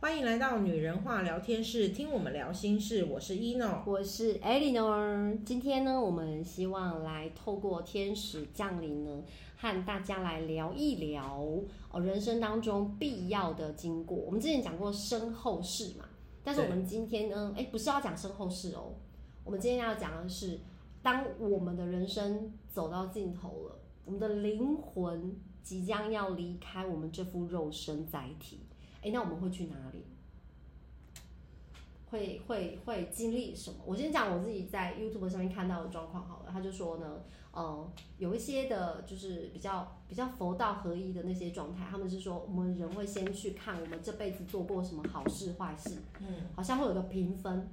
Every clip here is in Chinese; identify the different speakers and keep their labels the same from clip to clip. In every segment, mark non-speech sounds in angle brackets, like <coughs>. Speaker 1: 欢迎来到女人话聊天室，听我们聊心事。我是 ino，
Speaker 2: 我是 Eleanor。今天呢，我们希望来透过天使降临呢，和大家来聊一聊哦，人生当中必要的经过。我们之前讲过身后事嘛，但是我们今天呢，哎，不是要讲身后事哦，我们今天要讲的是，当我们的人生走到尽头了，我们的灵魂即将要离开我们这副肉身载体。哎，那我们会去哪里？会会会经历什么？我先讲我自己在 YouTube 上面看到的状况好了。他就说呢，呃，有一些的就是比较比较佛道合一的那些状态，他们是说我们人会先去看我们这辈子做过什么好事坏事，
Speaker 1: 嗯，
Speaker 2: 好像会有个评分，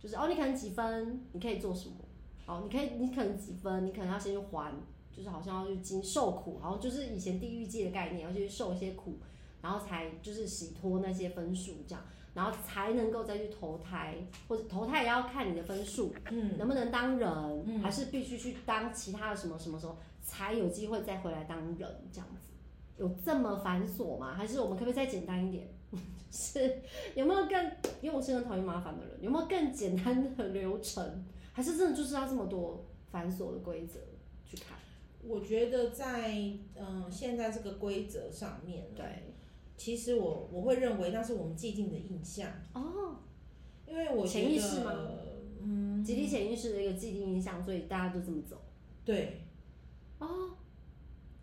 Speaker 2: 就是哦，你可能几分，你可以做什么，哦，你可以你可能几分，你可能要先去还，就是好像要去经受苦，然后就是以前地狱界的概念，要去受一些苦，然后才就是洗脱那些分数这样，然后才能够再去投胎，或者投胎也要看你的分数，
Speaker 1: 嗯，
Speaker 2: 能不能当人，
Speaker 1: 嗯
Speaker 2: 还是必须去当其他的什么什么什么，才有机会再回来当人这样子。有这么繁琐吗？还是我们可不可以再简单一点？ <laughs> 就是有没有更，因为我是很讨厌麻烦的人，有没有更简单的流程？还是真的就是要这么多繁琐的规则去看？
Speaker 1: 我觉得在嗯、呃现在这个规则上面，
Speaker 2: 对，
Speaker 1: 其实我我会认为那是我们既定的印象，
Speaker 2: 哦，
Speaker 1: 因为我觉得
Speaker 2: 潜意识吗
Speaker 1: 嗯，
Speaker 2: 集体潜意识的一个既定印象，所以大家就这么走。
Speaker 1: 对，
Speaker 2: 哦，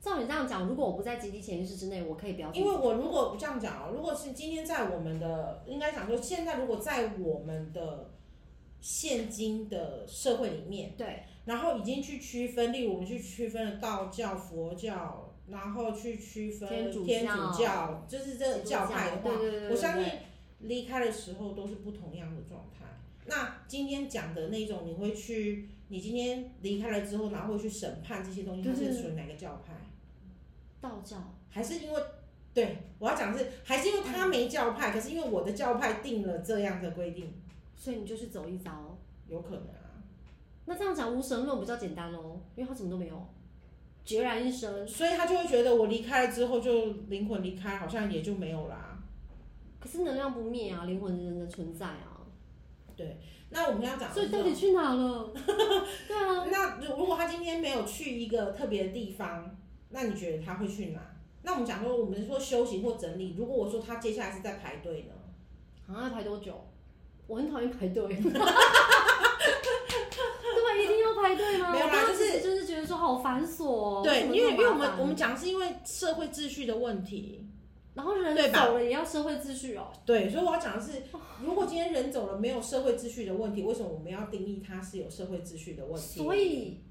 Speaker 2: 照你这样讲，如果我不在集体潜意识之内，我可以不要这
Speaker 1: 因
Speaker 2: 么
Speaker 1: 为
Speaker 2: 走。
Speaker 1: 我如果这样讲哦，如果是今天在我们的，应该讲说，现在如果在我们的现今的社会里面，
Speaker 2: 对，
Speaker 1: 然后已经去区分，例如我们去区分了道教、佛教，然后去区分
Speaker 2: 天主教
Speaker 1: 教，就是这个
Speaker 2: 基督
Speaker 1: 教派的话，
Speaker 2: 对对对对
Speaker 1: 我相信
Speaker 2: 对
Speaker 1: 离开的时候都是不同样的状态。那今天讲的那种，你会去，你今天离开了之后，然后会去审判这些东西，它
Speaker 2: 对对
Speaker 1: 是
Speaker 2: 对
Speaker 1: 属于哪个教派？
Speaker 2: 道教。
Speaker 1: 还是因为对我要讲的是，还是因为他没教派，可是因为我的教派定了这样的规定，
Speaker 2: 所以你就是走一遭。
Speaker 1: 有可能啊。
Speaker 2: 那这样讲无神论比较简单喽，因为他什么都没有，孑然一身。
Speaker 1: 所以他就会觉得我离开了之后，就灵魂离开，好像也就没有啦、
Speaker 2: 可是能量不灭啊，灵魂仍然存在啊。
Speaker 1: 那我们要讲的
Speaker 2: 所
Speaker 1: 是
Speaker 2: 以到
Speaker 1: 说，
Speaker 2: 底去哪了？ <laughs> 对啊，
Speaker 1: 那如如果他今天没有去一个特别的地方，那你觉得他会去哪？那我们讲说，我们说修行或整理，如果我说他接下来是在排队呢，
Speaker 2: 啊，要排多久？我很讨厌排队。 <laughs> 对吧？一定要排队吗？
Speaker 1: 没有啦
Speaker 2: 我当时
Speaker 1: 就是
Speaker 2: 就是觉得说好繁琐哦。
Speaker 1: 对，
Speaker 2: 怎
Speaker 1: 因
Speaker 2: 么
Speaker 1: 为
Speaker 2: 那
Speaker 1: 因
Speaker 2: 么
Speaker 1: 为我
Speaker 2: 麻
Speaker 1: 们
Speaker 2: 烦
Speaker 1: 我们讲是因为社会秩序的问题，
Speaker 2: 然后人
Speaker 1: 对吧
Speaker 2: 走了也要社会秩序哦。
Speaker 1: 对，所以我要讲的是，如果今天人走了没有社会秩序的问题，为什么我们要定义它是有社会秩序的问题？
Speaker 2: 所以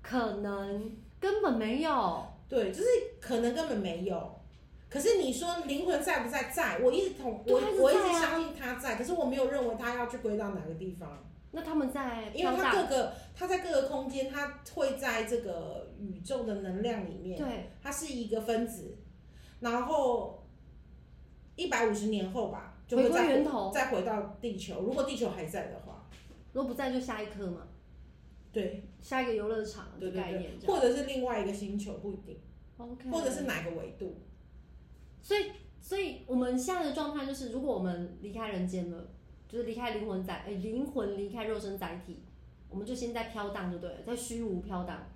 Speaker 2: 可能根本没有。
Speaker 1: 对，就是可能根本没有。可是你说灵魂在不在？在，我一直同我、
Speaker 2: 对它一直
Speaker 1: 我一直
Speaker 2: 在啊
Speaker 1: 相信他在，可是我没有认为他要去归到哪个地方。
Speaker 2: 那他们在
Speaker 1: 因为
Speaker 2: 飘
Speaker 1: 它
Speaker 2: 荡
Speaker 1: 各个它在各个空间，它会在这个宇宙的能量里面，
Speaker 2: 对
Speaker 1: 它是一个分子，然后一百五十年后吧，就
Speaker 2: 回
Speaker 1: 会
Speaker 2: 归
Speaker 1: 再
Speaker 2: 源头，
Speaker 1: 再回到地球，如果地球还在的话，
Speaker 2: 如果不在就下一颗嘛，
Speaker 1: 对
Speaker 2: 下一个游乐场
Speaker 1: 对
Speaker 2: 的
Speaker 1: 对
Speaker 2: 概
Speaker 1: 对
Speaker 2: 念，这样。
Speaker 1: 或者是另外一个星球不一定，
Speaker 2: OK。
Speaker 1: 或者是哪个维度，
Speaker 2: 所以，所以我们现在的状态就是，如果我们离开人间了，就是离开灵魂载，哎，灵魂离开肉身载体，我们就先在飘荡，就对了，在虚无飘荡。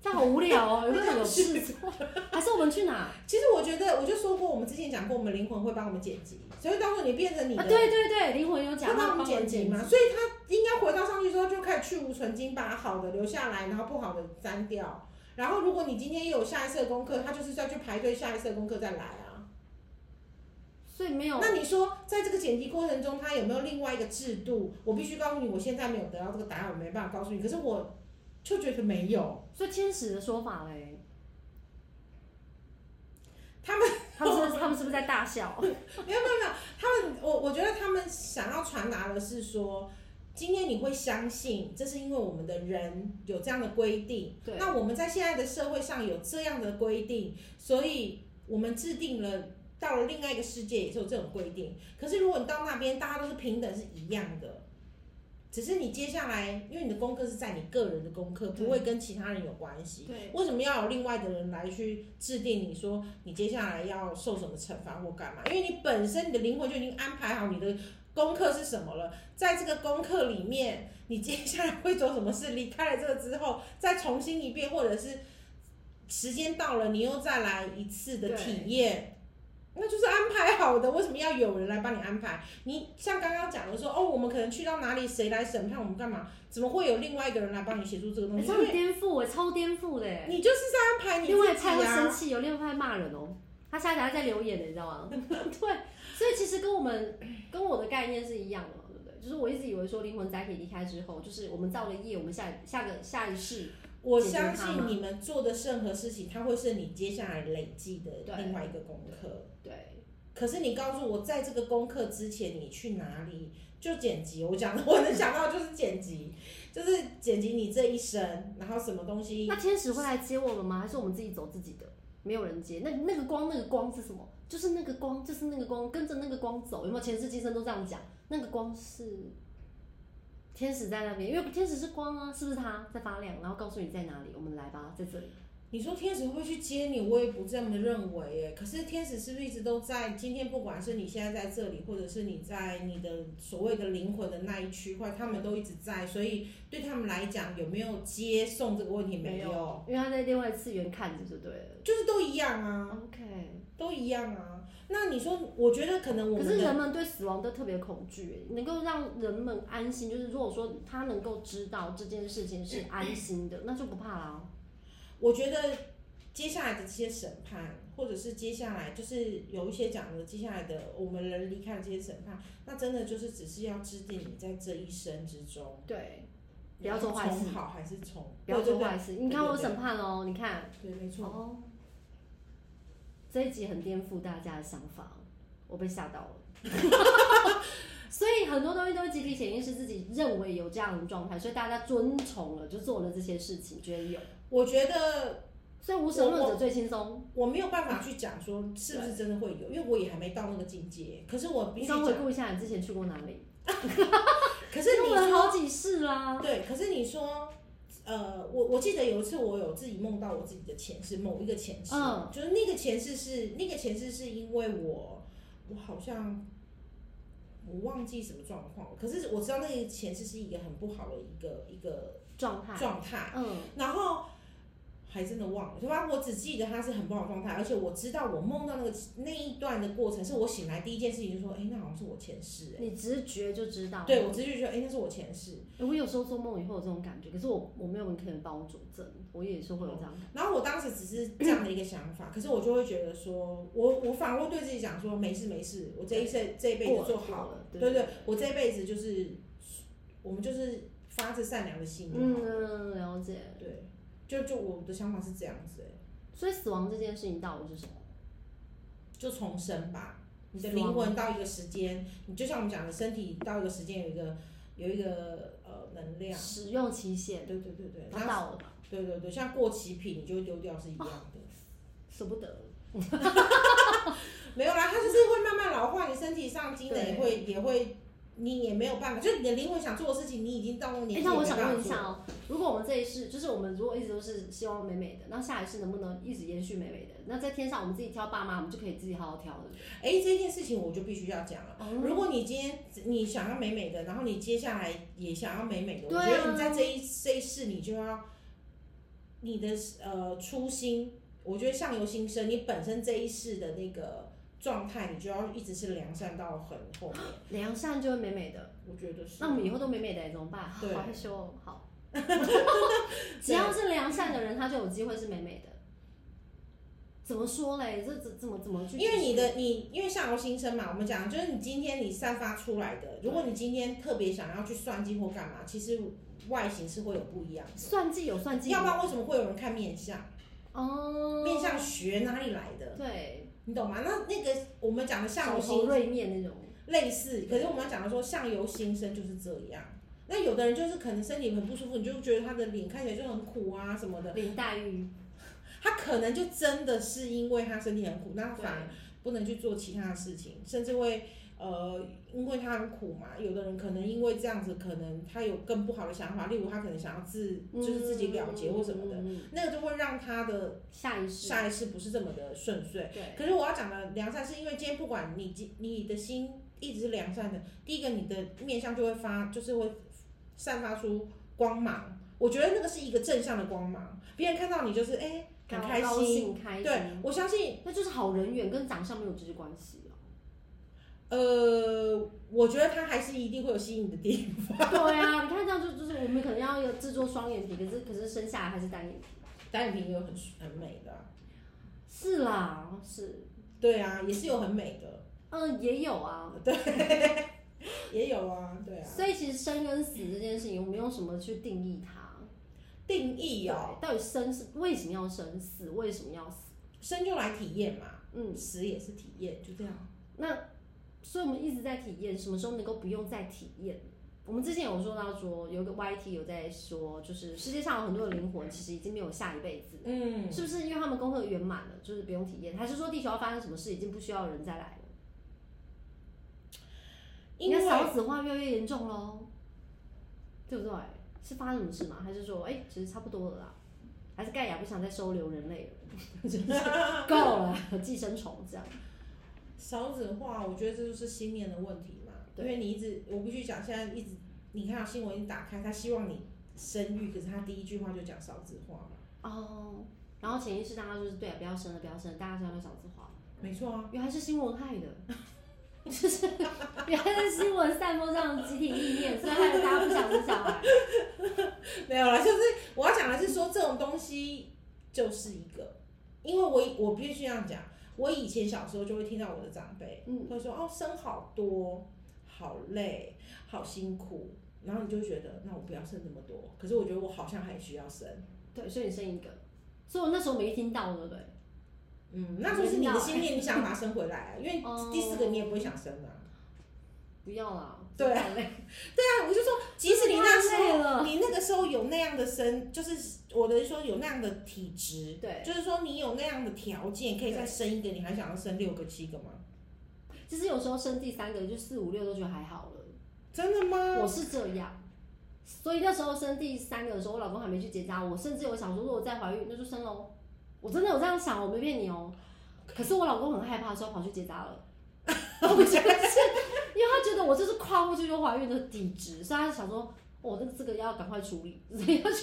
Speaker 2: 这样好无聊哦，有没有有事
Speaker 1: <laughs>
Speaker 2: 做？还是我们去哪？啊，
Speaker 1: 其实我觉得我就说过，我们之前讲过，我们灵魂会帮我们剪辑，所以到时候你变成你的。
Speaker 2: 啊对对对，灵魂有讲，
Speaker 1: 会帮我们剪辑
Speaker 2: 辑
Speaker 1: 嘛，？所以他应该回到上去之后就开始去无存精，把好的留下来，然后不好的删掉。然后如果你今天有下一次的功课，他就是要去排队下一次的功课再来啊。
Speaker 2: 所以没有，
Speaker 1: 那你说在这个剪辑过程中，他有没有另外一个制度？我必须告诉你，我现在没有得到这个答案，我没办法告诉你。可是我就觉得没有，
Speaker 2: 所以天使的说法嘞，
Speaker 1: 他们
Speaker 2: 他们是不是他们是不是在大笑？
Speaker 1: <laughs> 没有没有没有，他们我我觉得他们想要传达的是说，今天你会相信，这是因为我们的人有这样的规定。
Speaker 2: 对，
Speaker 1: 那我们在现在的社会上有这样的规定，所以我们制定了，到了另外一个世界也是有这种规定。可是如果你到那边，大家都是平等，是一样的，只是你接下来，因为你的功课是在你个人的功课，
Speaker 3: 对
Speaker 1: 不会跟其他人有关系。
Speaker 3: 对，
Speaker 1: 为什么要有另外的人来去制定你说你接下来要受什么惩罚或干嘛？因为你本身你的灵魂就已经安排好你的功课是什么了，在这个功课里面，你接下来会做什么事？离开了这个之后，再重新一遍，或者是时间到了，你又再来一次的
Speaker 3: 对
Speaker 1: 体验。那就是安排好的，为什么要有人来帮你安排？你像刚刚讲的说，哦，我们可能去到哪里，谁来审判我们干嘛？怎么会有另外一个人来帮你协助这个东
Speaker 2: 哎
Speaker 1: 西？
Speaker 2: 这
Speaker 1: 因为
Speaker 2: 样颠覆我超颠覆的耶。
Speaker 1: 你就是在安排你自
Speaker 2: 另外一
Speaker 1: 己
Speaker 2: 派会生
Speaker 1: 啊。
Speaker 2: 气，有另外一派骂人哦。他下一条还在留言的，你知道
Speaker 1: <laughs>
Speaker 2: 吗？对，所以其实跟我们跟我的概念是一样的嘛，对不对？就是我一直以为说灵魂载体离开之后，就是我们造了业，我们下下个下一世，
Speaker 1: 我相信你们做的任何事情，它会是你接下来累积的
Speaker 2: 对
Speaker 1: 另外一个功课。
Speaker 2: 对，
Speaker 1: 可是你告诉我，在这个功课之前，你去哪里？就剪辑，我讲的我能想到就是剪辑， <laughs> 就是剪辑你这一生，然后什么东西
Speaker 2: 那天使会来接我们吗？还是我们自己走自己的？没有人接，那那个光，那个光是什么？就是那个光，就是那个光，跟着那个光走，有没有？前世今生都这样讲，那个光是天使在那边，因为天使是光啊，是不是他在发亮，然后告诉你在哪里？我们来吧，在这里。
Speaker 1: 你说天使会不会去接你，我也不这么认为耶。可是天使是不是一直都在？今天不管是你现在在这里，或者是你在你的所谓的灵魂的那一区块，他们都一直在，所以对他们来讲，有没有接送这个问题没有，
Speaker 2: 因为他在另外次元看着就对了。
Speaker 1: 就是都一样啊，
Speaker 2: OK，
Speaker 1: 都一样啊。那你说，我觉得可能我
Speaker 2: 可
Speaker 1: 们
Speaker 2: 是
Speaker 1: 的
Speaker 2: 人们对死亡都特别恐惧，欸能够让人们安心，就是如果说他能够知道这件事情是安心的，那就不怕啦。
Speaker 1: 我觉得接下来的这些审判，或者是接下来就是有一些讲的接下来的我们人离开的这些审判，那真的就是只是要制定你在这一生之中。
Speaker 2: 对，不要做坏
Speaker 1: 从
Speaker 2: 事
Speaker 1: 好还是从
Speaker 2: 不要做
Speaker 1: 对
Speaker 2: 坏事。
Speaker 1: 对
Speaker 2: 你看
Speaker 1: 对
Speaker 2: 我
Speaker 1: 对
Speaker 2: 审判哦，你看
Speaker 1: 对对，没错。
Speaker 2: 哦，这一集很颠覆大家的想法，哦我被吓到了。 <laughs> 所以很多东西都是集体潜意识自己认为有这样的状态，所以大家遵从了，就做了这些事情，觉得有，
Speaker 1: 我觉得
Speaker 2: 所以无神论
Speaker 1: 我
Speaker 2: 者最轻松。
Speaker 1: 我没有办法去讲说是不是真的会有，因为我也还没到那个境界。可是我必
Speaker 2: 你
Speaker 1: 须
Speaker 2: 稍微回
Speaker 1: 讲，
Speaker 2: 顾一下你之前去过哪里？
Speaker 1: 可是你
Speaker 2: 我们
Speaker 1: 说
Speaker 2: 好几世啦。
Speaker 1: 对，可是你说。呃，我我记得有一次，我有自己梦到我自己的前世，某一个前世，
Speaker 2: 嗯
Speaker 1: 就是那个前世是那个前世是因为我，我好像我忘记什么状况了，可是我知道那个前世是一个很不好的一个一个
Speaker 2: 状态，
Speaker 1: 状态，
Speaker 2: 嗯，
Speaker 1: 然后还真的忘了，对吧？我只记得他是很不好的状态，而且我知道我梦到那个那一段的过程，是我醒来第一件事情就说，哎，那好像是我前世、哎，
Speaker 2: 你直觉就知道。
Speaker 1: 对我直接就觉得，哎，那是我前世。
Speaker 2: 诶我有时候做梦也会有这种感觉，可是我我没有人可以帮我佐证，我也是会有这样。
Speaker 1: 然后我当时只是这样的一个想
Speaker 2: <coughs>
Speaker 1: 法，可是我就会觉得说，我我反而会对自己讲说，没事没事，我这一生这一辈
Speaker 2: 过
Speaker 1: 子做好了，
Speaker 2: 了，
Speaker 1: 对
Speaker 2: 对
Speaker 1: 对，我这一辈子就是我们就是发自善良的心就好了，
Speaker 2: 嗯，了解。
Speaker 1: 对，就就我的想法是这样子、哎
Speaker 2: 所以死亡这件事情到底是什么？
Speaker 1: 就重生吧。你的
Speaker 2: 死亡
Speaker 1: 灵魂到一个时间，你就像我们讲的，身体到一个时间有一个有一个呃能量，
Speaker 2: 使用期限，
Speaker 1: 对对对对，
Speaker 2: 它
Speaker 1: 那
Speaker 2: 到了吧，
Speaker 1: 对对对，像过期品你就会丢掉是一样
Speaker 2: <laughs>
Speaker 1: 的，
Speaker 2: 舍不得。
Speaker 1: 没有啦，它就是会慢慢老化，你身体上机能
Speaker 2: 对
Speaker 1: 也会也会，你也没有办法，就是你的灵魂想做的事情，你已经到那个
Speaker 2: 哎、
Speaker 1: 年纪，
Speaker 2: 那我
Speaker 1: 也没
Speaker 2: 想
Speaker 1: 办法
Speaker 2: 问一
Speaker 1: 做
Speaker 2: 下哦，如果我们这一世，就是我们如果一直都是希望美美的，那下一世能不能一直延续美美的？那在天上我们自己挑爸妈，我们就可以自己好好挑了。
Speaker 1: 哎、这件事情我就必须要讲了。
Speaker 2: 哦
Speaker 1: 如果你今天你想要美美的，然后你接下来也想要美美的，
Speaker 2: 对啊
Speaker 1: 我觉得你在这一这一世你就要你的呃初心，我觉得相由心生，你本身这一世的那个状态，你就要一直是良善到很后面。
Speaker 2: 良善就会美美的，
Speaker 1: 我觉得是。啊
Speaker 2: 那我们以后都美美的怎么办？
Speaker 1: 对
Speaker 2: 好害羞哦，好。只要是良善的人，他就有机会是美美的。怎么说嘞？这怎怎么怎么去？
Speaker 1: 因为你的你，因为相由心生嘛，我们讲就是你今天你散发出来的，如果你今天特别想要去算计或干嘛，其实外形是会有不一样的。
Speaker 2: 算计有算计
Speaker 1: 要不然为什么会有人看面相？
Speaker 2: 哦，
Speaker 1: 面相学哪里来的？
Speaker 2: 对，
Speaker 1: 你懂吗？那那个我们讲的相由
Speaker 2: 手头
Speaker 1: 心
Speaker 2: 锐面那种，
Speaker 1: 类似，可是我们讲的说相由心生就是这样。那有的人就是可能身体很不舒服，你就觉得他的脸看起来就很苦啊什么的，
Speaker 2: 林黛玉，
Speaker 1: 他可能就真的是因为他身体很苦，那
Speaker 2: 对
Speaker 1: 反而不能去做其他的事情，甚至会呃，因为他很苦嘛，有的人可能因为这样子，可能他有更不好的想法，例如他可能想要自就是自己了结或什么的，
Speaker 2: 嗯嗯，嗯嗯
Speaker 1: 那个就会让他的
Speaker 2: 嗯下一世，
Speaker 1: 下一世不是这么的顺遂。
Speaker 2: 对，
Speaker 1: 可是我要讲的良善，是因为今天不管你今你的心一直是良善的，第一个你的面相就会发，就是会散发出光芒。我觉得那个是一个正向的光芒，别人看到你就是哎、很
Speaker 2: 高
Speaker 1: 开
Speaker 2: 高
Speaker 1: 心。
Speaker 2: 兴开心，
Speaker 1: 对，我相信，
Speaker 2: 那就是好人缘跟长相没有直接关系
Speaker 1: <laughs>
Speaker 2: 哦。
Speaker 1: 呃，我觉得他还是一定会有吸引的地方。
Speaker 2: 对啊，你看这样就就是我们可能要有制作双眼皮，可是可是生下来还是单眼皮。
Speaker 1: 单眼皮也有很很美的啊、
Speaker 2: 是啦，是，
Speaker 1: 对啊，也是有很美的，
Speaker 2: 嗯，也有啊。
Speaker 1: 也有啊，对啊。
Speaker 2: 所以其实生跟死这件事情，我们用什么去定义它？
Speaker 1: 定义哦，
Speaker 2: 对到底生是为什么要生，死为什么要死？
Speaker 1: 生就来体验嘛，
Speaker 2: 嗯，
Speaker 1: 死也是体验，就这样。
Speaker 2: 那所以我们一直在体验，什么时候能够不用再体验？我们之前有说到说，有一个 YT 有在说，就是世界上有很多的灵魂其实已经没有下一辈子，
Speaker 1: 嗯，
Speaker 2: 是不是？因为他们功课圆满了，就是不用体验，还是说地球要发生什么事已经不需要人再来了？应
Speaker 1: 因
Speaker 2: 该
Speaker 1: 为
Speaker 2: 少子化越来越严重喽，对不对？是发生什么事吗？还是说，哎、其实差不多了啦？还是盖亚不想再收留人类了， <laughs>
Speaker 1: <laughs>
Speaker 2: 就是够了，寄生虫这样。
Speaker 1: 少子化，我觉得这就是信念的问题嘛。因
Speaker 2: 对
Speaker 1: 为你一直，我必须讲，现在一直你看到新闻一打开，他希望你生育，可是他第一句话就讲少子化嘛。
Speaker 2: 哦，然后潜意识大家就是对啊，不要生了，不要生了，大家现在都少子化，
Speaker 1: 没错啊，
Speaker 2: 原来是新闻害的， <laughs> 就是原来是新闻散播这样的集体意念，所以害得大家不想生小孩。 <laughs>
Speaker 1: 没有啦，就是我要讲的是说这种东西就是一个，因为我我必须这样讲，我以前小时候就会听到我的长辈
Speaker 2: 嗯，
Speaker 1: 会说哦生好多，好累，好辛苦，然后你就会觉得那我不要生那么多，可是我觉得我好像还需要生。
Speaker 2: 对，所以你生一个，所以我那时候没听到，对不对？
Speaker 1: 嗯，那就是你的心念，你想把它生回来啊，因为
Speaker 2: 哦
Speaker 1: 第四个你也不会想生啊。
Speaker 2: 不要啦，
Speaker 1: 对
Speaker 2: 太累，
Speaker 1: 对啊，我就说，即使你那时
Speaker 2: <laughs> 太累
Speaker 1: 候，
Speaker 2: 了，
Speaker 1: 你那个时候有那样的生，就是我的说有那样的体质，
Speaker 2: 对，
Speaker 1: 就是说你有那样的条件，可以再
Speaker 2: 对
Speaker 1: 生一个，你还想要生六个、七个吗？
Speaker 2: 其实有时候生第三个就四五六都觉得还好了，
Speaker 1: 真的
Speaker 2: 我
Speaker 1: 吗？
Speaker 2: 是这样。所以那时候生第三个的时候，我老公还没去结扎，我甚至有想说，如果我再怀孕，那就生喽。我真的有这样想，我没骗你哦。可是我老公很害怕的时候跑去结扎了，我觉 <laughs> 得是因为他觉得我就是跨过去就怀孕的体质，所以他就想说，我、哦、那这个要赶快处理，所以他就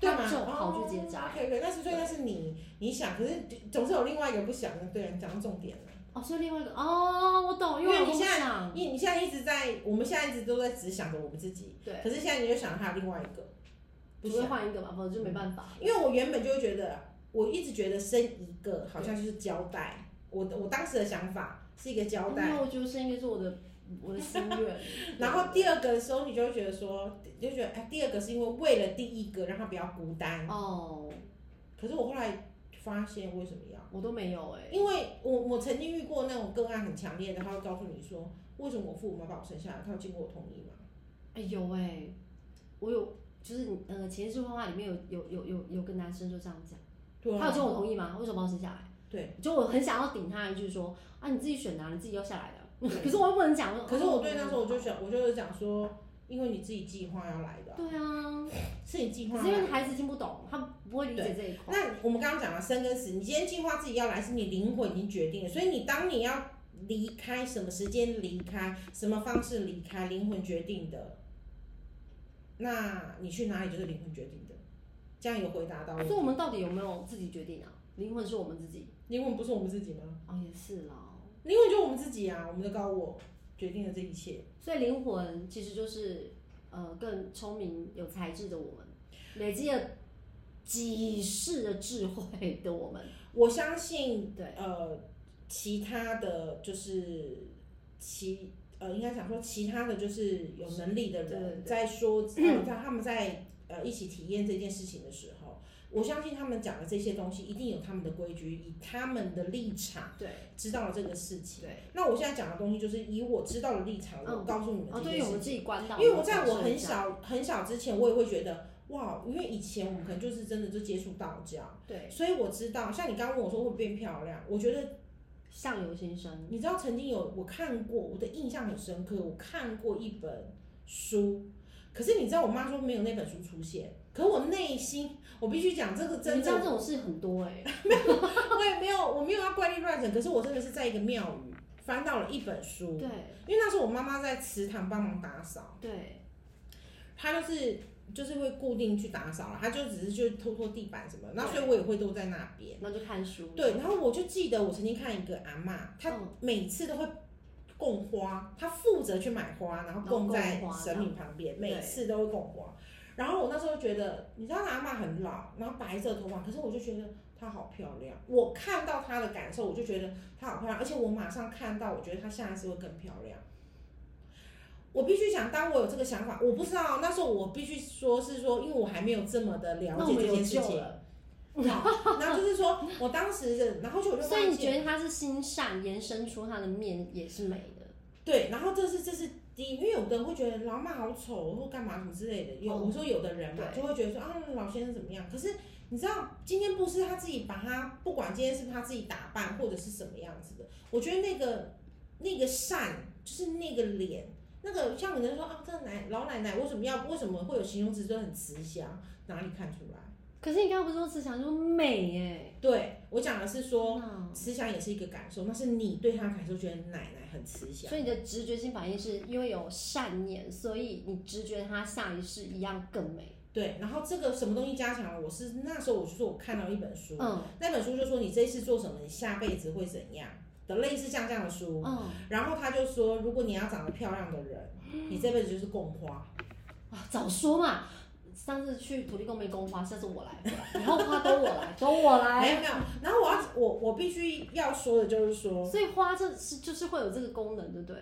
Speaker 1: 对
Speaker 2: 他
Speaker 1: 吗？
Speaker 2: 就跑去结扎。
Speaker 1: OK OK，但是所以哦那是你你想，可是总是有另外一个不想的。对啊，你讲到重点了。
Speaker 2: 哦，所以另外一个哦，我懂，因
Speaker 1: 因
Speaker 2: 为
Speaker 1: 为你
Speaker 2: 我老公不
Speaker 1: 现在
Speaker 2: 想，
Speaker 1: 你你现在一直在，我们现在一直都在只想着我们自己，
Speaker 2: 对，啊
Speaker 1: 可是现在你就想还有另外一个，不
Speaker 2: 只
Speaker 1: 想
Speaker 2: 会。换一个嘛，否则就没办法。
Speaker 1: 因为我原本就会觉得，我一直觉得生一个好像就是交代，我的我当时的想法是一个交
Speaker 2: 因
Speaker 1: 代，。
Speaker 2: 为我觉得生一个是我的我的心愿
Speaker 1: <laughs> 然后第二个的时候你就会觉得说，就觉得哎，第二个是因为为了第一个让他不要孤单，
Speaker 2: 哦，
Speaker 1: 可是我后来发现为什么要？
Speaker 2: 我都没有哎、
Speaker 1: 因为我我曾经遇过那种个案很强烈的，他会告诉你说，为什么我父母要把我生下来？他有经过我同意吗？
Speaker 2: 哎、有哎、我有就是呃潜意识绘画里面有有有有有个男生就这样讲，
Speaker 1: 对
Speaker 2: 他有
Speaker 1: 啊，
Speaker 2: 经我同意吗？为什么要生下来？
Speaker 1: 对，
Speaker 2: 就我很想要顶他一句说啊你自己选的、啊，你自己要下来的啊、
Speaker 1: 对
Speaker 2: <laughs> 可是我又不能讲，
Speaker 1: 可是我对那时候我就
Speaker 2: 哦
Speaker 1: 想，我就是讲说，因为你自己计划要来的啊，
Speaker 2: 对啊，
Speaker 1: 是你计划
Speaker 2: 可
Speaker 1: 要来
Speaker 2: 是因
Speaker 1: 的
Speaker 2: 为孩子听不懂，他不会理解这一块。
Speaker 1: 那我们刚刚讲了生跟死，你今天计划自己要来，是你灵魂已经决定了，所以你当你要离开，什么时间离开，什么方式离开，灵魂决定的。那你去哪里就是灵魂决定的，这样有回答到
Speaker 2: 所
Speaker 1: 我
Speaker 2: 以我们到底有没有自己决定啊？灵魂是我们自己
Speaker 1: 灵魂不是我们自己吗？
Speaker 2: 哦，也是啦。
Speaker 1: 灵魂就是我们自己啊，我们的高我决定了这一切。
Speaker 2: 所以灵魂其实就是呃更聪明有才智的我们，累积了几世的智慧的我们，
Speaker 1: 我相信，
Speaker 2: 对
Speaker 1: 呃，其他的就是其呃，应该想说其他的就是有能力的
Speaker 2: 对对
Speaker 1: 人
Speaker 2: 对
Speaker 1: 在说，呃在他们在呃一起体验这件事情的时候，我相信他们讲的这些东西一定有他们的规矩，以他们的立场
Speaker 2: 对
Speaker 1: 知道了这个事情。
Speaker 2: 对，
Speaker 1: 那我现在讲的东西就是以我知道的立场，我
Speaker 2: 嗯
Speaker 1: 告诉你们
Speaker 2: 哦
Speaker 1: 这件
Speaker 2: 对，我
Speaker 1: 事
Speaker 2: 们自
Speaker 1: 情。
Speaker 2: 己关到，
Speaker 1: 因为我在我
Speaker 2: 们
Speaker 1: 很
Speaker 2: 自己关
Speaker 1: 小很小之前，我也会觉得哇，因为以前我们可能就是真的就接触道教。
Speaker 2: 对
Speaker 1: 所以我知道，像你刚刚问我说会变漂亮，我觉得
Speaker 2: 相由心生，
Speaker 1: 你知道曾经有我看过，我的印象很深刻，我看过一本书，可是你知道我妈说没有那本书出现，可我内心我必须讲这个真
Speaker 2: 你知道
Speaker 1: 的，
Speaker 2: 这种事很多
Speaker 1: <laughs>
Speaker 2: 哎、
Speaker 1: 我也没有我没有要怪力乱神，可是我真的是在一个庙宇翻到了一本书，
Speaker 2: 对
Speaker 1: 因为那时候我妈妈在祠堂帮忙打扫。
Speaker 2: 对，
Speaker 1: 他就是就是会固定去打扫了，他就只是就拖拖地板什么的，那
Speaker 2: 对
Speaker 1: 所以我也会都在那边。
Speaker 2: 那就看书，
Speaker 1: 对，然后我就记得我曾经看一个阿嬷，她
Speaker 2: 嗯
Speaker 1: 每次都会供花，她负责去买花，然后供在
Speaker 2: 然后供花
Speaker 1: 神明旁边，
Speaker 2: 这样
Speaker 1: 每次都会供花。然后我那时候觉得，你知道那阿嬷很老，然后白色头发，可是我就觉得她好漂亮。我看到她的感受，我就觉得她好漂亮，而且我马上看到，我觉得她下一次会更漂亮。我必须讲，当我有这个想法，我不知道那时候我必须说是说，因为我还没有这么的了
Speaker 2: 那我
Speaker 1: 解
Speaker 2: 们
Speaker 1: 这
Speaker 2: 有
Speaker 1: 件事
Speaker 2: 救
Speaker 1: 情。
Speaker 2: 了。
Speaker 1: 好，然后就是说我当时的，然后就我就
Speaker 2: 所以
Speaker 1: 发
Speaker 2: 你觉
Speaker 1: 现，
Speaker 2: 得他是心善，延伸出他的面也是美的。
Speaker 1: 对，然后这是这是第一，因为有的人会觉得老妈好丑或干嘛什么之类的，有、
Speaker 2: 哦
Speaker 1: 我说有的人嘛
Speaker 2: 对
Speaker 1: 就会觉得说啊老先生怎么样，可是你知道今天不是他自己把他不管今天是不是他自己打扮或者是什么样子的，我觉得那个那个善就是那个脸。那个像有人说啊，这个奶老奶奶为什么要为什么会有形容词就很慈祥，哪里看出来？
Speaker 2: 可是你刚刚不是说慈祥，说美哎、
Speaker 1: 对我讲的是啊说，
Speaker 2: 天哪
Speaker 1: 慈祥也是一个感受，那是你对他的感受，觉得奶奶很慈祥
Speaker 2: 所。以你的直觉性反应是因为有善念，所以你直觉他下一世一样更美。
Speaker 1: 对，然后这个什么东西加强了？我是那时候我就说我看到一本书，
Speaker 2: 嗯
Speaker 1: 那本书就说你这一次做什么，你下辈子会怎样的，类似像这样的书。
Speaker 2: 嗯，
Speaker 1: 然后他就说，如果你要长得漂亮的人，你这辈子就是供花。
Speaker 2: 啊，早说嘛！上次去土地公没供花，下次我来，我来以后花都我来，都我
Speaker 1: 没
Speaker 2: 来。
Speaker 1: 有没有，然后我要我我必须要说的就是说，
Speaker 2: 所以花这是就是会有这个功能，对不对？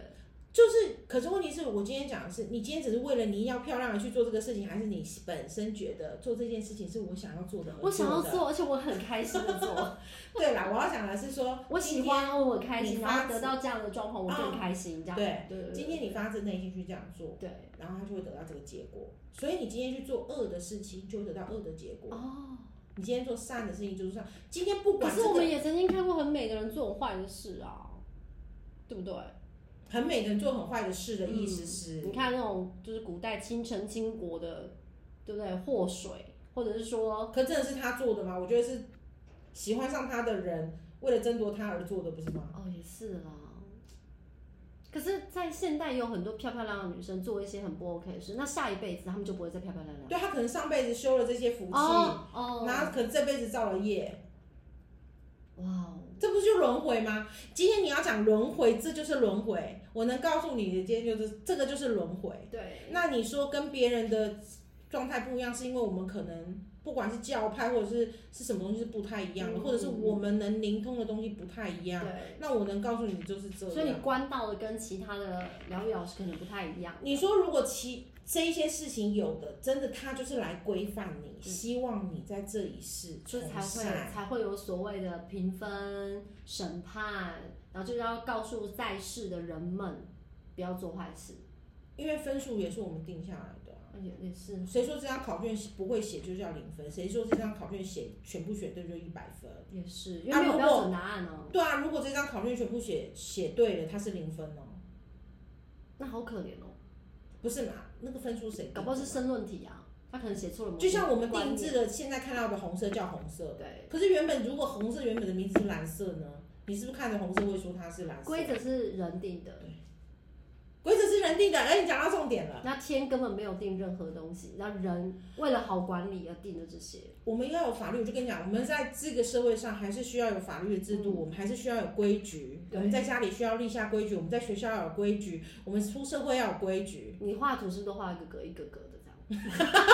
Speaker 1: 就是可是问题是我今天讲的是，你今天只是为了你要漂亮而去做这个事情，还是你本身觉得做这件事情是我想要做的而
Speaker 2: 我想要
Speaker 1: 的
Speaker 2: 做，而且我很开心的做，
Speaker 1: 对啦，我要讲的是说，
Speaker 2: 我喜欢，哦我很开
Speaker 1: 你
Speaker 2: 心，然
Speaker 1: 发
Speaker 2: 后得到这样的状况，我更
Speaker 1: 嗯
Speaker 2: 开心，这样。
Speaker 1: 对
Speaker 2: 对对
Speaker 1: 今天你发自内心去这样做，
Speaker 2: 对。
Speaker 1: 然后他就会得到这个结果。所以你今天去做恶的事情，就会得到恶的结果；
Speaker 2: 哦，
Speaker 1: 你今天做善的事情，就是善。今天不
Speaker 2: 可
Speaker 1: 管
Speaker 2: 是我
Speaker 1: 这
Speaker 2: 们
Speaker 1: 个
Speaker 2: 也曾经看过很美的人做很坏的事啊，对不对？
Speaker 1: 很美的人做很坏的事的意思是，
Speaker 2: 你看那种就是古代倾城倾国的，对不对？祸水，或者是说，
Speaker 1: 可真的是他做的吗？我觉得是喜欢上他的人为了争夺他而做的，不是吗？
Speaker 2: 哦，也是啦。可是，在现代有很多漂漂亮亮的女生做一些很不 OK 的事，那下一辈子她们就不会再漂漂亮亮。
Speaker 1: 对他可能上辈子修了这些福气，
Speaker 2: 哦哦，
Speaker 1: 然后可能这辈子造了业，
Speaker 2: 哇哦，
Speaker 1: 这不是就轮回吗？今天你要讲轮回，这就是轮回。我能告诉你的，今天就是这个就是轮回。
Speaker 2: 对，
Speaker 1: 那你说跟别人的状态不一样，是因为我们可能不管是教派或者是是什么东西是不太一样的，
Speaker 2: 嗯
Speaker 1: 或者是我们能灵通的东西不太一样。
Speaker 2: 对，
Speaker 1: 那我能告诉你就是这
Speaker 2: 所以你
Speaker 1: 样。
Speaker 2: 关到的跟其他的疗愈老师可能不太一样。
Speaker 1: 你说如果其这一些事情有的，真的他就是来规范你，希望你在这一世
Speaker 2: 所
Speaker 1: 从
Speaker 2: 以才会
Speaker 1: 善。
Speaker 2: 嗯才会有所谓的评分、审判，然后就是要告诉在世的人们不要做坏事。
Speaker 1: 因为分数也是我们定下来的啊、
Speaker 2: 也也是，
Speaker 1: 谁说这张考卷不会写就叫零分？谁说这张考卷写全部写对就一百分？
Speaker 2: 也是，因为没有
Speaker 1: 如
Speaker 2: 标
Speaker 1: 果
Speaker 2: 准答案哦、
Speaker 1: 对啊，如果这张考卷全部写写对了，它是零分哦，
Speaker 2: 那好可怜哦、
Speaker 1: 不是嘛？那个分数谁定的？
Speaker 2: 搞不好是申论题啊，他可能写错了某些
Speaker 1: 就像我们
Speaker 2: 观
Speaker 1: 定
Speaker 2: 念
Speaker 1: 制的，现在看到的红色叫红色，
Speaker 2: 对
Speaker 1: 可是原本如果红色原本的名字是蓝色呢？你是不是看着红色会说它是蓝色？
Speaker 2: 规则是人定的，
Speaker 1: 规则是人定的，哎，你讲到重点了。
Speaker 2: 那天根本没有定任何东西，那人为了好管理而定的这些。
Speaker 1: 我们要有法律，我就跟你讲，我们在这个社会上还是需要有法律的制度，我们还是需要有规矩。
Speaker 2: 嗯对
Speaker 1: 我们在家里需要立下规矩，我们在学校要有规矩，我们出社会要有规矩。
Speaker 2: 你画图是不是都画一个格一个格的这样？ <laughs>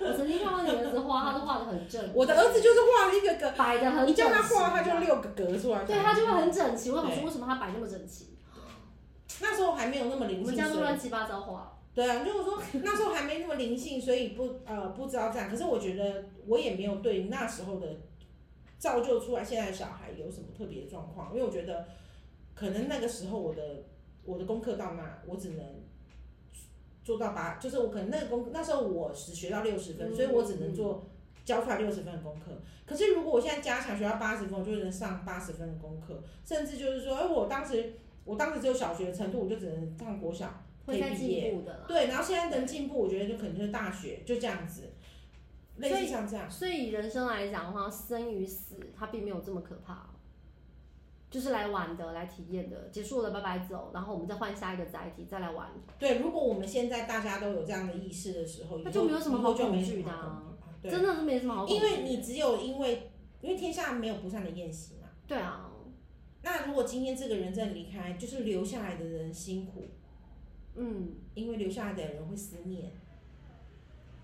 Speaker 2: 我曾经看到你儿子画，他都画的很正，
Speaker 1: 我的儿子就是画了一个格，
Speaker 2: 摆的很整齐，
Speaker 1: 你叫他画，他就六个格出来。
Speaker 2: 对他就会很整齐。我想说，
Speaker 1: 对
Speaker 2: 为什么他摆那么整齐？
Speaker 1: 那时候还没有那么
Speaker 2: 我
Speaker 1: 灵
Speaker 2: 们
Speaker 1: 性，
Speaker 2: 家都
Speaker 1: 所以
Speaker 2: 乱七八糟画，
Speaker 1: 对啊，就是说那时候还没那么灵性，所以不呃不知道这样。可是我觉得我也没有对那时候的造就出来现在的小孩有什么特别的状况，因为我觉得可能那个时候我的我的功课到那，我只能做到八，就是我可能那个功那时候我只学到六十分，
Speaker 2: 嗯
Speaker 1: 所以我只能做交出来六十分的功课。可是如果我现在加强学到八十分，我就能上八十分的功课，甚至就是说，哎，我当时我当时只有小学的程度，我就只能上国小。
Speaker 2: 会再进步的啦。
Speaker 1: 对，然后现在能进步，我觉得就可能就是大学就这样子，
Speaker 2: 所以
Speaker 1: 类似像这样。
Speaker 2: 所以人生来讲的话，生与死它并没有这么可怕哦、就是来玩的，来体验的，结束了拜拜走，然后我们再换下一个载体再来玩，
Speaker 1: 对，如果我们现在大家都有这样的意识的时候，哦以
Speaker 2: 那
Speaker 1: 后
Speaker 2: 就没有什么好
Speaker 1: 以后就
Speaker 2: 恐
Speaker 1: 没
Speaker 2: 惧
Speaker 1: 什
Speaker 2: 的
Speaker 1: 么
Speaker 2: 啊
Speaker 1: 好恐惧啊对，
Speaker 2: 真的是没什么好恐惧
Speaker 1: 因为你只有因为因为天下没有不散的宴席嘛。
Speaker 2: 对啊，
Speaker 1: 那如果今天这个人真的离开，就是留下来的人辛苦，
Speaker 2: 嗯，
Speaker 1: 因为留下来的人会思念，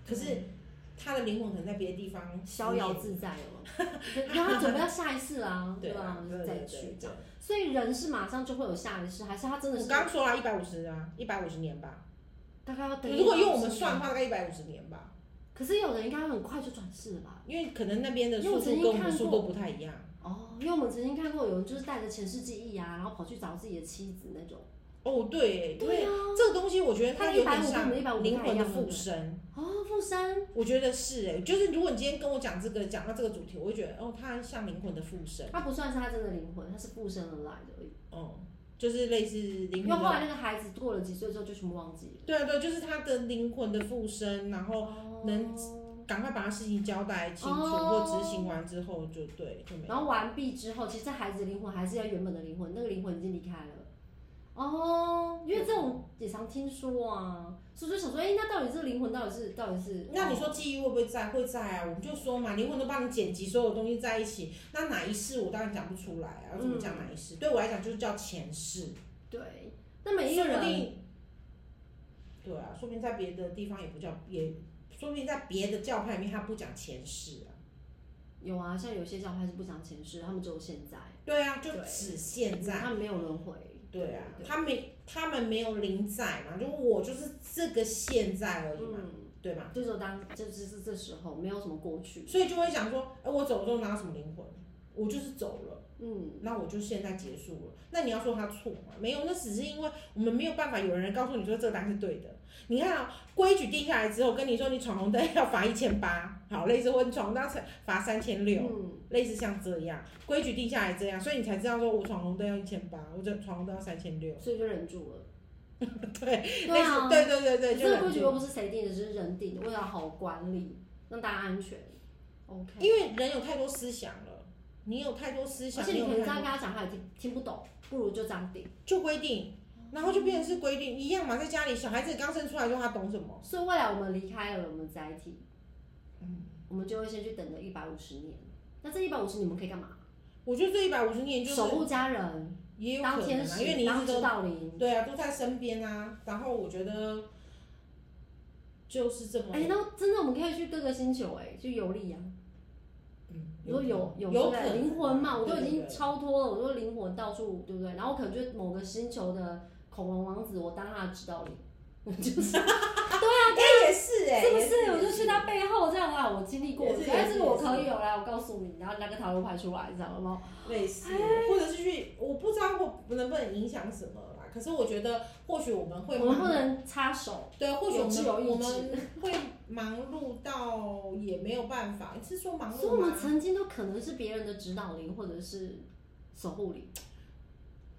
Speaker 1: 可是他的灵魂可能在别的地方思
Speaker 2: 逍遥
Speaker 1: 念
Speaker 2: 自在了 <laughs> 嘛，然后他准备要下一次啦，
Speaker 1: <laughs> 对
Speaker 2: 吧、
Speaker 1: 啊，
Speaker 2: 我们
Speaker 1: 对
Speaker 2: 就再
Speaker 1: 对
Speaker 2: 去
Speaker 1: 对
Speaker 2: 这样。所以人是马上就会有下一世，还是他真的
Speaker 1: 我
Speaker 2: 是
Speaker 1: 刚刚说了，一百五十啊，一百五十年吧。
Speaker 2: 大概要等？
Speaker 1: 如果用我们算的，话，大概一百五十年吧，
Speaker 2: 可是有人应该很快就转世了吧？
Speaker 1: 因为可能那边的
Speaker 2: 因为
Speaker 1: 速
Speaker 2: 我曾
Speaker 1: 度
Speaker 2: 经
Speaker 1: 跟我们
Speaker 2: 看
Speaker 1: 的速
Speaker 2: 过
Speaker 1: 度不太一样。
Speaker 2: 哦，因为我们曾经看过有人就是带着前世记忆啊，然后跑去找自己的妻子那种。
Speaker 1: 哦，对耶，因
Speaker 2: 对
Speaker 1: 为
Speaker 2: 啊，
Speaker 1: 这个东西我觉得它
Speaker 2: 它
Speaker 1: 有点
Speaker 2: 150跟我
Speaker 1: 像
Speaker 2: 们150
Speaker 1: 灵魂的
Speaker 2: 不太一样对
Speaker 1: 附
Speaker 2: 不对
Speaker 1: 身，
Speaker 2: 哦，附身，
Speaker 1: 我觉得是哎，就是如果你今天跟我讲这个，讲到这个主题，我会觉得哦，它像灵魂的附身，
Speaker 2: 它不算是他真的灵魂，他是附身而来的而已。
Speaker 1: 哦，就是类似
Speaker 2: 因
Speaker 1: 灵
Speaker 2: 为
Speaker 1: 魂
Speaker 2: 后
Speaker 1: 的，
Speaker 2: 来那个孩子过了几岁之后就全部忘记
Speaker 1: 对啊对，就是它的灵魂的附身，然
Speaker 2: 了。
Speaker 1: 后
Speaker 2: 哦
Speaker 1: 能赶快把它事情交代清楚，
Speaker 2: 哦
Speaker 1: 或执行完之后就对，就没
Speaker 2: 然后完毕之后，其实这孩子的灵魂还是要原本的灵魂，那个灵魂已经离开了。哦，因为这种也常听说啊，所以就想说，哎、那到底这个灵魂到底是到底是？哦
Speaker 1: 那你说记忆会不会在？会在啊，我们就说嘛，灵魂都帮你剪辑所有东西在一起，那哪一世我当然讲不出来啊，要怎么
Speaker 2: 嗯
Speaker 1: 讲哪一世？对我来讲就是叫前世，
Speaker 2: 对，那每一个
Speaker 1: 说不
Speaker 2: 人
Speaker 1: 定，对啊，说不定在别的地方也不叫，也说不定在别的教派里面他不讲前世啊，
Speaker 2: 有啊，像有些教派是不讲前世，他们只有现在，
Speaker 1: 对啊，就
Speaker 2: 对
Speaker 1: 只现在，
Speaker 2: 他们没有轮回。
Speaker 1: 对啊，
Speaker 2: 对
Speaker 1: 他没他们没有灵在嘛，就我就是这个现在而已嘛，
Speaker 2: 嗯，
Speaker 1: 对嘛，
Speaker 2: 就是当就是是这时候没有什么过去，
Speaker 1: 所以就会想说，哎、我走了之后哪有什么灵魂？我就是走了。
Speaker 2: 嗯，
Speaker 1: 那我就现在结束了。那你要说他错吗？没有，那只是因为我们没有办法，有人告诉你说这个答案是对的。你看啊，规矩定下来之后，跟你说你闯红灯要罚一千八，好，类似或你闯红灯要罚三千六，
Speaker 2: 嗯，
Speaker 1: 类似像这样，规矩定下来这样，所以你才知道说我闯红灯要一千八，我这闯红灯要三千六，
Speaker 2: 所以就忍住了。
Speaker 1: 类
Speaker 2: 对
Speaker 1: <laughs> 似
Speaker 2: 啊，
Speaker 1: 对对对对，就
Speaker 2: 这个
Speaker 1: 忍
Speaker 2: 规矩又
Speaker 1: 住
Speaker 2: 不是谁定的，只是人定的，为了好管理，让大家安全。OK，
Speaker 1: 因为人有太多思想了，你有太多思
Speaker 2: 而
Speaker 1: 想，
Speaker 2: 且
Speaker 1: 你
Speaker 2: 你可能
Speaker 1: 有
Speaker 2: 这
Speaker 1: 太
Speaker 2: 样跟
Speaker 1: 多
Speaker 2: 他讲，他也听听不懂，不如就这样定。
Speaker 1: 就规定，然后就变成是规定一样嘛，在家里小孩子刚生出来的时候，他懂什么？
Speaker 2: 所以未来我们离开了我们载体，嗯，我们就会先去等了一百五十年。那这一百五十你们可以干嘛？
Speaker 1: 我觉得这一百五十年就是
Speaker 2: 守护家人，
Speaker 1: 也有
Speaker 2: 当
Speaker 1: 可能
Speaker 2: 天
Speaker 1: 啊，
Speaker 2: 使，
Speaker 1: 因为你一
Speaker 2: 当
Speaker 1: 直
Speaker 2: 指
Speaker 1: 都
Speaker 2: 导灵。
Speaker 1: 对啊，都在身边啊。然后我觉得就是这么，
Speaker 2: 哎、那真的我们可以去各个星球、哎，去游历啊。
Speaker 1: 嗯，
Speaker 2: 你说有
Speaker 1: 有可
Speaker 2: 有对不对
Speaker 1: 能
Speaker 2: 灵魂嘛，我都
Speaker 1: 对
Speaker 2: 已
Speaker 1: 对
Speaker 2: 经
Speaker 1: 对
Speaker 2: 超脱了，我说灵魂到处对不对？然后可能就是某个星球的恐龙王子，我当他的指导灵，就是
Speaker 1: 哎也是哎，
Speaker 2: 是不
Speaker 1: 也
Speaker 2: 是？我
Speaker 1: 也
Speaker 2: 就去他背后这样啦，我经历过，
Speaker 1: 也是
Speaker 2: 哎，
Speaker 1: 也
Speaker 2: 这
Speaker 1: 是
Speaker 2: 个我
Speaker 1: 也是
Speaker 2: 可以有来，我告诉你，然后拿个塔罗牌出来，你知道吗？
Speaker 1: 类似，
Speaker 2: 哎
Speaker 1: 或者是去，我不知道会能不能影响什么啦。可是我觉得或许我们会
Speaker 2: 我们不
Speaker 1: 忙
Speaker 2: 能插手，
Speaker 1: 对，或许我
Speaker 2: 有自由
Speaker 1: 们
Speaker 2: 意
Speaker 1: 我
Speaker 2: 志
Speaker 1: 们会忙碌到也没有办法，是说忙
Speaker 2: 所以我
Speaker 1: 碌
Speaker 2: 们
Speaker 1: 吗？
Speaker 2: 曾经都可能是别人的指导灵或者是守护灵，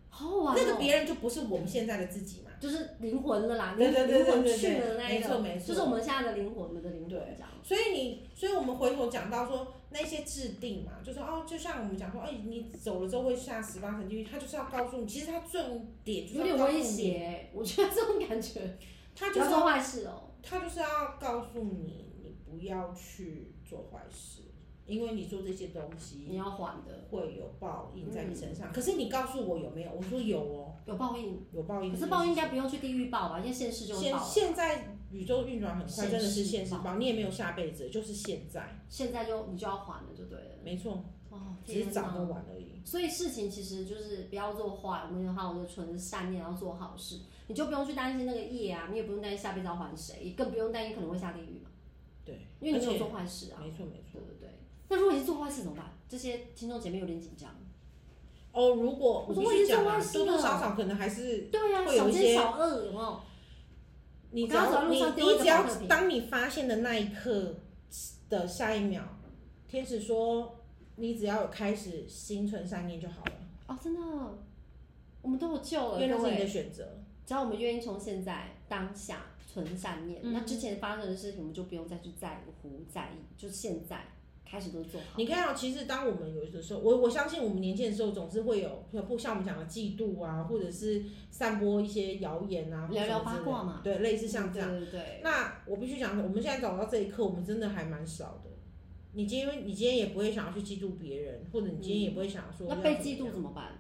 Speaker 2: 好好玩
Speaker 1: 那个
Speaker 2: 哦。
Speaker 1: 别人就不是我们现在的自己嘛。
Speaker 2: 就是灵魂了啦，灵
Speaker 1: 对对对
Speaker 2: 灵
Speaker 1: 对
Speaker 2: 魂
Speaker 1: 对
Speaker 2: 去
Speaker 1: 对
Speaker 2: 了那一
Speaker 1: 没错
Speaker 2: 个，
Speaker 1: 没错，
Speaker 2: 就是我们现在的灵魂，我们的灵魂
Speaker 1: 对
Speaker 2: 这样。
Speaker 1: 所以你，所以我们回头讲到说那些制定嘛，就说哦，就像我们讲说，哎，你走了之后会下十八层地狱，他就是要告诉你，其实他重点就是
Speaker 2: 有
Speaker 1: 要
Speaker 2: 点
Speaker 1: 告诉
Speaker 2: 威
Speaker 1: 你，
Speaker 2: 胁欸，我觉得这种感觉，
Speaker 1: 他
Speaker 2: 不
Speaker 1: 就
Speaker 2: 要
Speaker 1: 是
Speaker 2: 做
Speaker 1: 要
Speaker 2: 坏事哦。
Speaker 1: 他就是要告诉你，你不要去做坏事，因为你做这些东
Speaker 2: 你
Speaker 1: 西
Speaker 2: 要还的，
Speaker 1: 会有报应在你身
Speaker 2: 嗯
Speaker 1: 上。可是你告诉我有没有？我说有哦，
Speaker 2: 有报应。
Speaker 1: 有报应。
Speaker 2: 可是报应应该不用去地狱报吧？因为现世就会
Speaker 1: 现
Speaker 2: 报了，
Speaker 1: 现在宇宙运转很快，真的是
Speaker 2: 现
Speaker 1: 现
Speaker 2: 世
Speaker 1: 实
Speaker 2: 报
Speaker 1: 报，你也没有下辈子，就是现在，
Speaker 2: 现在就你就要还了，就对了。
Speaker 1: 没错，
Speaker 2: 哦，
Speaker 1: 只
Speaker 2: 天
Speaker 1: 是早跟
Speaker 2: 哪！
Speaker 1: 晚而已。
Speaker 2: 所以事情其实就是不要做坏，我们有好的存善念，要做好事，你就不用去担心那个业啊，你也不用担心下辈子要还谁，也更不用担心可能会下地狱嘛，
Speaker 1: 对，
Speaker 2: 因
Speaker 1: 而
Speaker 2: 为你没有
Speaker 1: 且
Speaker 2: 做坏事啊，
Speaker 1: 没错没错
Speaker 2: 对。不对？那如果你是做坏事怎么办？这些听众姐妹有点紧张。
Speaker 1: 哦，如果
Speaker 2: 我
Speaker 1: 我
Speaker 2: 说
Speaker 1: 必
Speaker 2: 我已
Speaker 1: 须
Speaker 2: 经
Speaker 1: 讲
Speaker 2: 做
Speaker 1: 啊
Speaker 2: 坏，事
Speaker 1: 多多
Speaker 2: 了
Speaker 1: 少少可能还是
Speaker 2: 对呀、
Speaker 1: 会有
Speaker 2: 小
Speaker 1: 一
Speaker 2: 奸
Speaker 1: 些
Speaker 2: 小恶有没有？
Speaker 1: 你只
Speaker 2: 刚
Speaker 1: 要
Speaker 2: 刚走在路
Speaker 1: 你
Speaker 2: 上丢一
Speaker 1: 你
Speaker 2: 个
Speaker 1: 只要
Speaker 2: 保特瓶
Speaker 1: 当你发现的那一刻，的下一秒，天使说：“你只要有开始心存善念就好了，
Speaker 2: 哦，真的，我们都有救了，
Speaker 1: 因为那
Speaker 2: 各
Speaker 1: 是你
Speaker 2: 位
Speaker 1: 的选择。
Speaker 2: 只要我们愿意从现在当下存善念，
Speaker 1: 嗯
Speaker 2: 那之前发生的事情我们就不用再去在乎在意，就现在开始都做好。
Speaker 1: 你看啊，其实当我们有的时候，我我相信我们年轻的时候总是会有，不像我们讲的嫉妒啊，或者是散播一些谣言啊，或
Speaker 2: 聊
Speaker 1: 什么
Speaker 2: 聊八
Speaker 1: 之类的
Speaker 2: 卦嘛
Speaker 1: 对，类似像这样。
Speaker 2: 对对对，
Speaker 1: 那我必须讲，我们现在走到这一刻，我们真的还蛮少的。你今天你今天也不会想要去嫉妒别人，或者你今天也不会想要说
Speaker 2: 嗯那
Speaker 1: 要
Speaker 2: 被
Speaker 1: 怎么
Speaker 2: 嫉妒
Speaker 1: 样
Speaker 2: 怎么办？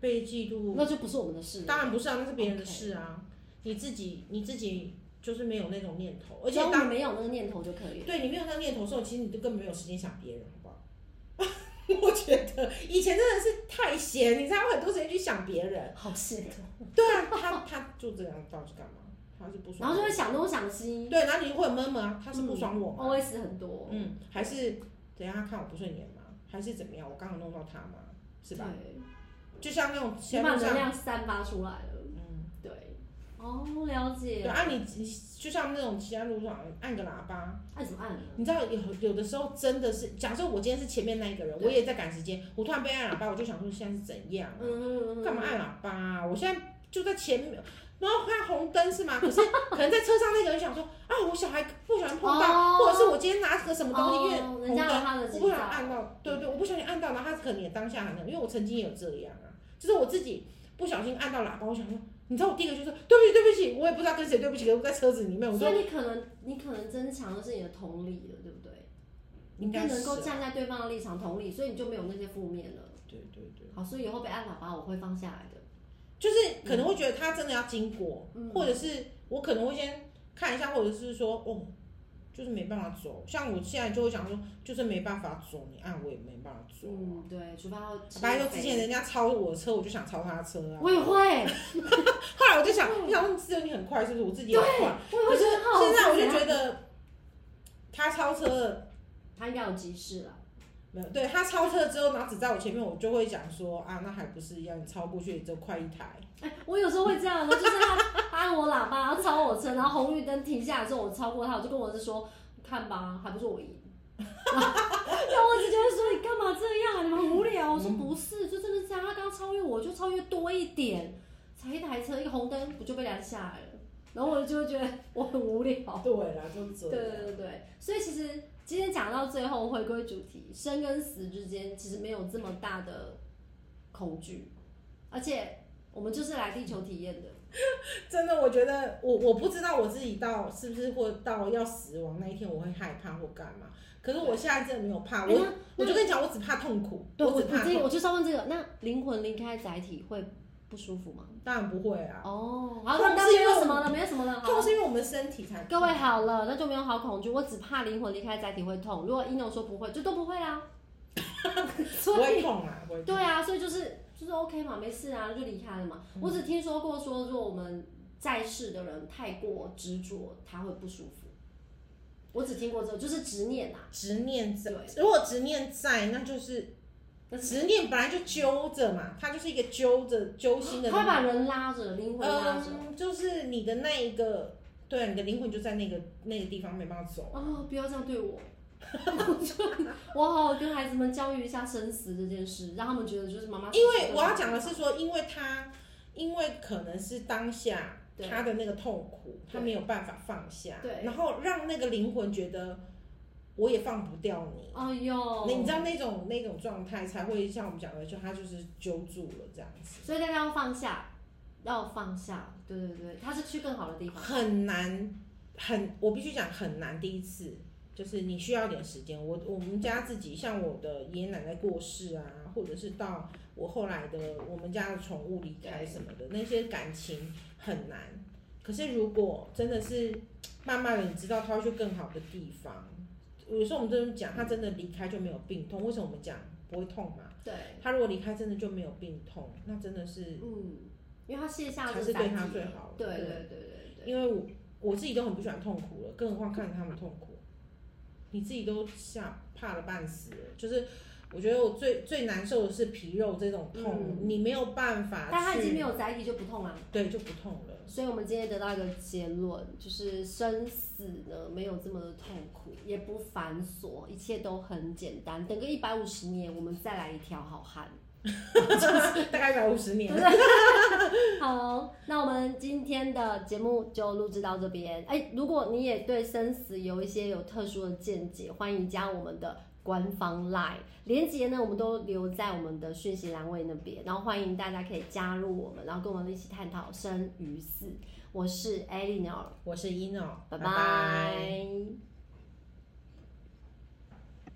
Speaker 1: 被嫉妒
Speaker 2: 那就不是我们的事。
Speaker 1: 当然不是啊，那是别人的事啊。你自己你自己就是没有那种念头，而
Speaker 2: 只
Speaker 1: 且
Speaker 2: 要我
Speaker 1: 当
Speaker 2: 们没有那个念头就可以了。
Speaker 1: 对你没有那个念头的时候，其实你就根本没有时间想别人，好不好？ <laughs> 我觉得以前真的是太闲，你才有很多时间去想别人。
Speaker 2: 好事 <laughs> 多，
Speaker 1: 对啊，他他就这样，到底是干嘛？他是不爽我，
Speaker 2: 然后就会想东想西
Speaker 1: 对，然后你就会闷闷啊，他是不爽我嘛，
Speaker 2: ，OS 很多，
Speaker 1: 嗯，还是等一下他看我不顺眼嘛，还是怎么样？我刚好弄到他嘛，是吧？
Speaker 2: 对，
Speaker 1: 就像那种
Speaker 2: 你
Speaker 1: 前
Speaker 2: 把
Speaker 1: 路
Speaker 2: 能
Speaker 1: 上，
Speaker 2: 量散发出来了。
Speaker 1: 嗯。
Speaker 2: 对，哦，了
Speaker 1: 对
Speaker 2: 解。
Speaker 1: 啊你，你就像那种骑在路上按个喇叭，
Speaker 2: 按什么按呢？
Speaker 1: 你知道有有的时候真的是，假设我今天是前面那一个人，
Speaker 2: 对
Speaker 1: 我也在赶时间，我突然被按喇叭，我就想说现在是怎样、啊？
Speaker 2: 嗯，
Speaker 1: 干嘛按喇叭、啊？我现在就在前面，然后看红灯是
Speaker 2: <laughs>
Speaker 1: 吗？可是可能在车上那个人想说啊，我小孩不小心碰到，
Speaker 2: 哦
Speaker 1: 或者是我今天拿个什么东西，因为
Speaker 2: 哦人家有他的
Speaker 1: 我
Speaker 2: 技
Speaker 1: 不
Speaker 2: 巧，
Speaker 1: 想按
Speaker 2: 嗯
Speaker 1: 到，对对，我不小心按到，然后他可能也当下很能，因为我曾经也有这样啊，就是我自己不小心按到喇叭，我想说，你知道我第一个就说对不起对不起，我也不知道跟谁对不起，可是我在车子里面，我
Speaker 2: 所
Speaker 1: 说
Speaker 2: 以你可能你可能增强的是你的同理了，对不对？你
Speaker 1: 应
Speaker 2: 更
Speaker 1: 该是啊
Speaker 2: 能够站在对方的立场同理，所以你就没有那些负面了。
Speaker 1: 对对对，
Speaker 2: 好，所以以后被按喇叭我会放下来的。
Speaker 1: 就是可能会觉得他真的要经过，
Speaker 2: 嗯
Speaker 1: 或者是我可能会先看一下，或者是说哦。就是没办法走，像我现在就会想说，就是没办法走，你按我也没办法走。
Speaker 2: 嗯，对，除非他会
Speaker 1: 白说之前人家超我的车，我就想超他的车啊。
Speaker 2: 我
Speaker 1: <laughs>
Speaker 2: 也会，
Speaker 1: 后来我就想，我想说，只有你很快，是不是？我自己也很快。
Speaker 2: 嗯我也
Speaker 1: 可
Speaker 2: 会
Speaker 1: 是
Speaker 2: 觉得好。啊
Speaker 1: 现在我就觉得他超车了，
Speaker 2: 他应该有急事了。
Speaker 1: 没有对他超车之后，然后只在我前面，我就会讲说啊，那还不是一样，你超过去也就快一台。
Speaker 2: 哎，我有时候会这样的，就是
Speaker 1: <laughs>
Speaker 2: 他他按我喇叭，然后超我车，然后红绿灯停下来之后，我超过他，我就跟我儿子说，看吧，还不是我赢。 <laughs> 然后我儿子就会说：“你干嘛这样？你们很无聊。”我说：“不是，就真的是这样。他刚刚超越我，就超越多一点，才一台车，一个红灯不就被拦下来了？然后我就会觉得我很无聊。
Speaker 1: 对啦，就是
Speaker 2: 哦对对对对，所以其实今天讲到最后，回归主题，生跟死之间其实没有这么大的恐惧，而且我们就是来地球体验的。
Speaker 1: <laughs> 真的，我觉得我我不知道我自己到是不是或到要死亡那一天，我会害怕或干嘛。可是我现在真的没有怕，啊
Speaker 2: 哎
Speaker 1: 我
Speaker 2: 那
Speaker 1: 我就跟你讲，我只怕痛苦，
Speaker 2: 对我
Speaker 1: 只怕
Speaker 2: 这
Speaker 1: 痛
Speaker 2: 个，我就是要问这个，那灵魂离开载体会不舒服吗？
Speaker 1: 当然不会啊，
Speaker 2: 哦，好，
Speaker 1: 痛
Speaker 2: 那
Speaker 1: 是
Speaker 2: 那没
Speaker 1: 因为
Speaker 2: 有
Speaker 1: 我
Speaker 2: 什么了，没有什么了，嗯好
Speaker 1: 痛。是因为我们的身体才
Speaker 2: 各位好了，那就没有好恐惧，我只怕灵魂离开载体会痛。如果一诺说不会，就都不会啦。
Speaker 1: 不
Speaker 2: 所以
Speaker 1: 会痛啊，不会痛
Speaker 2: 对。啊，所以就是就是 OK 嘛，没事啊，就离开了嘛。
Speaker 1: 嗯
Speaker 2: 我只听说过说，如果我们在世的人太过执着，他会不舒服。我只听过这个，就是执念啊。
Speaker 1: 执念在
Speaker 2: 对，
Speaker 1: 如果执念在，那就是
Speaker 2: 那是
Speaker 1: 执念本来就揪着嘛，它就是一个揪着揪心的
Speaker 2: 他会把人拉着，灵魂拉着。
Speaker 1: 嗯，就是你的那一个，对，你的灵魂就在那个那个地方没办法走。
Speaker 2: 哦，不要这样对我。 <laughs> 我就我好好跟孩子们教育一下生死这件事，让他们觉得就是妈妈。
Speaker 1: 因为我要讲的是说，因为他，因为可能是当下
Speaker 2: 对
Speaker 1: 他的那个痛苦，他
Speaker 2: 对
Speaker 1: 没有办法放下，
Speaker 2: 对
Speaker 1: 然后让那个灵魂觉得我也放不掉你。
Speaker 2: 哎呦，
Speaker 1: 那你知道那种那种状态才会像我们讲的，就他就是揪住了这样子，
Speaker 2: 所以大家要放下，要放下，对对对，他是去更好的地方。
Speaker 1: 很难，很我必须讲很难。第一次就是你需要一点时间。我我们家自己像我的爷爷奶奶过世啊，或者是到我后来的我们家的宠物离开什么的，那些感情很难。可是如果真的是慢慢的，你知道他会去更好的地方。有时候我们这边讲，他真的离开就没有病痛。为什么我们讲不会痛嘛？
Speaker 2: 对，
Speaker 1: 他如果离开真的就没有病痛，那真的是
Speaker 2: 嗯，因为他卸下了
Speaker 1: 才
Speaker 2: 这啊
Speaker 1: 是
Speaker 2: 个
Speaker 1: 对
Speaker 2: 载
Speaker 1: 他
Speaker 2: 体
Speaker 1: 最好的。
Speaker 2: 对对对对对，
Speaker 1: 因为我我自己都很不喜欢痛苦了，更何况看着他们痛苦，你自己都吓怕的半死了。就是我觉得我最最难受的是皮肉这种痛，
Speaker 2: 嗯
Speaker 1: 你没有办法去，
Speaker 2: 但它已经没有载体就不痛啦。
Speaker 1: 对就不痛了。 <laughs>
Speaker 2: 所以我们今天得到一个结论，就是生死呢没有这么的痛苦，也不繁琐，一切都很简单。等个一百五十年，我们再来一条好汉。
Speaker 1: 大概一百五十年，
Speaker 2: <laughs> 好，那我们今天的节目就录制到这边。哎，如果你也对生死有一些有特殊的见解，欢迎加我们的官方 LINE，连接呢我们都留在我们的讯息栏位那边，然后欢迎大家可以加入我们，然后跟我们一起探讨生与死。我是 Eleanor，
Speaker 1: 我是 Ino，
Speaker 2: 拜
Speaker 1: 拜
Speaker 2: 拜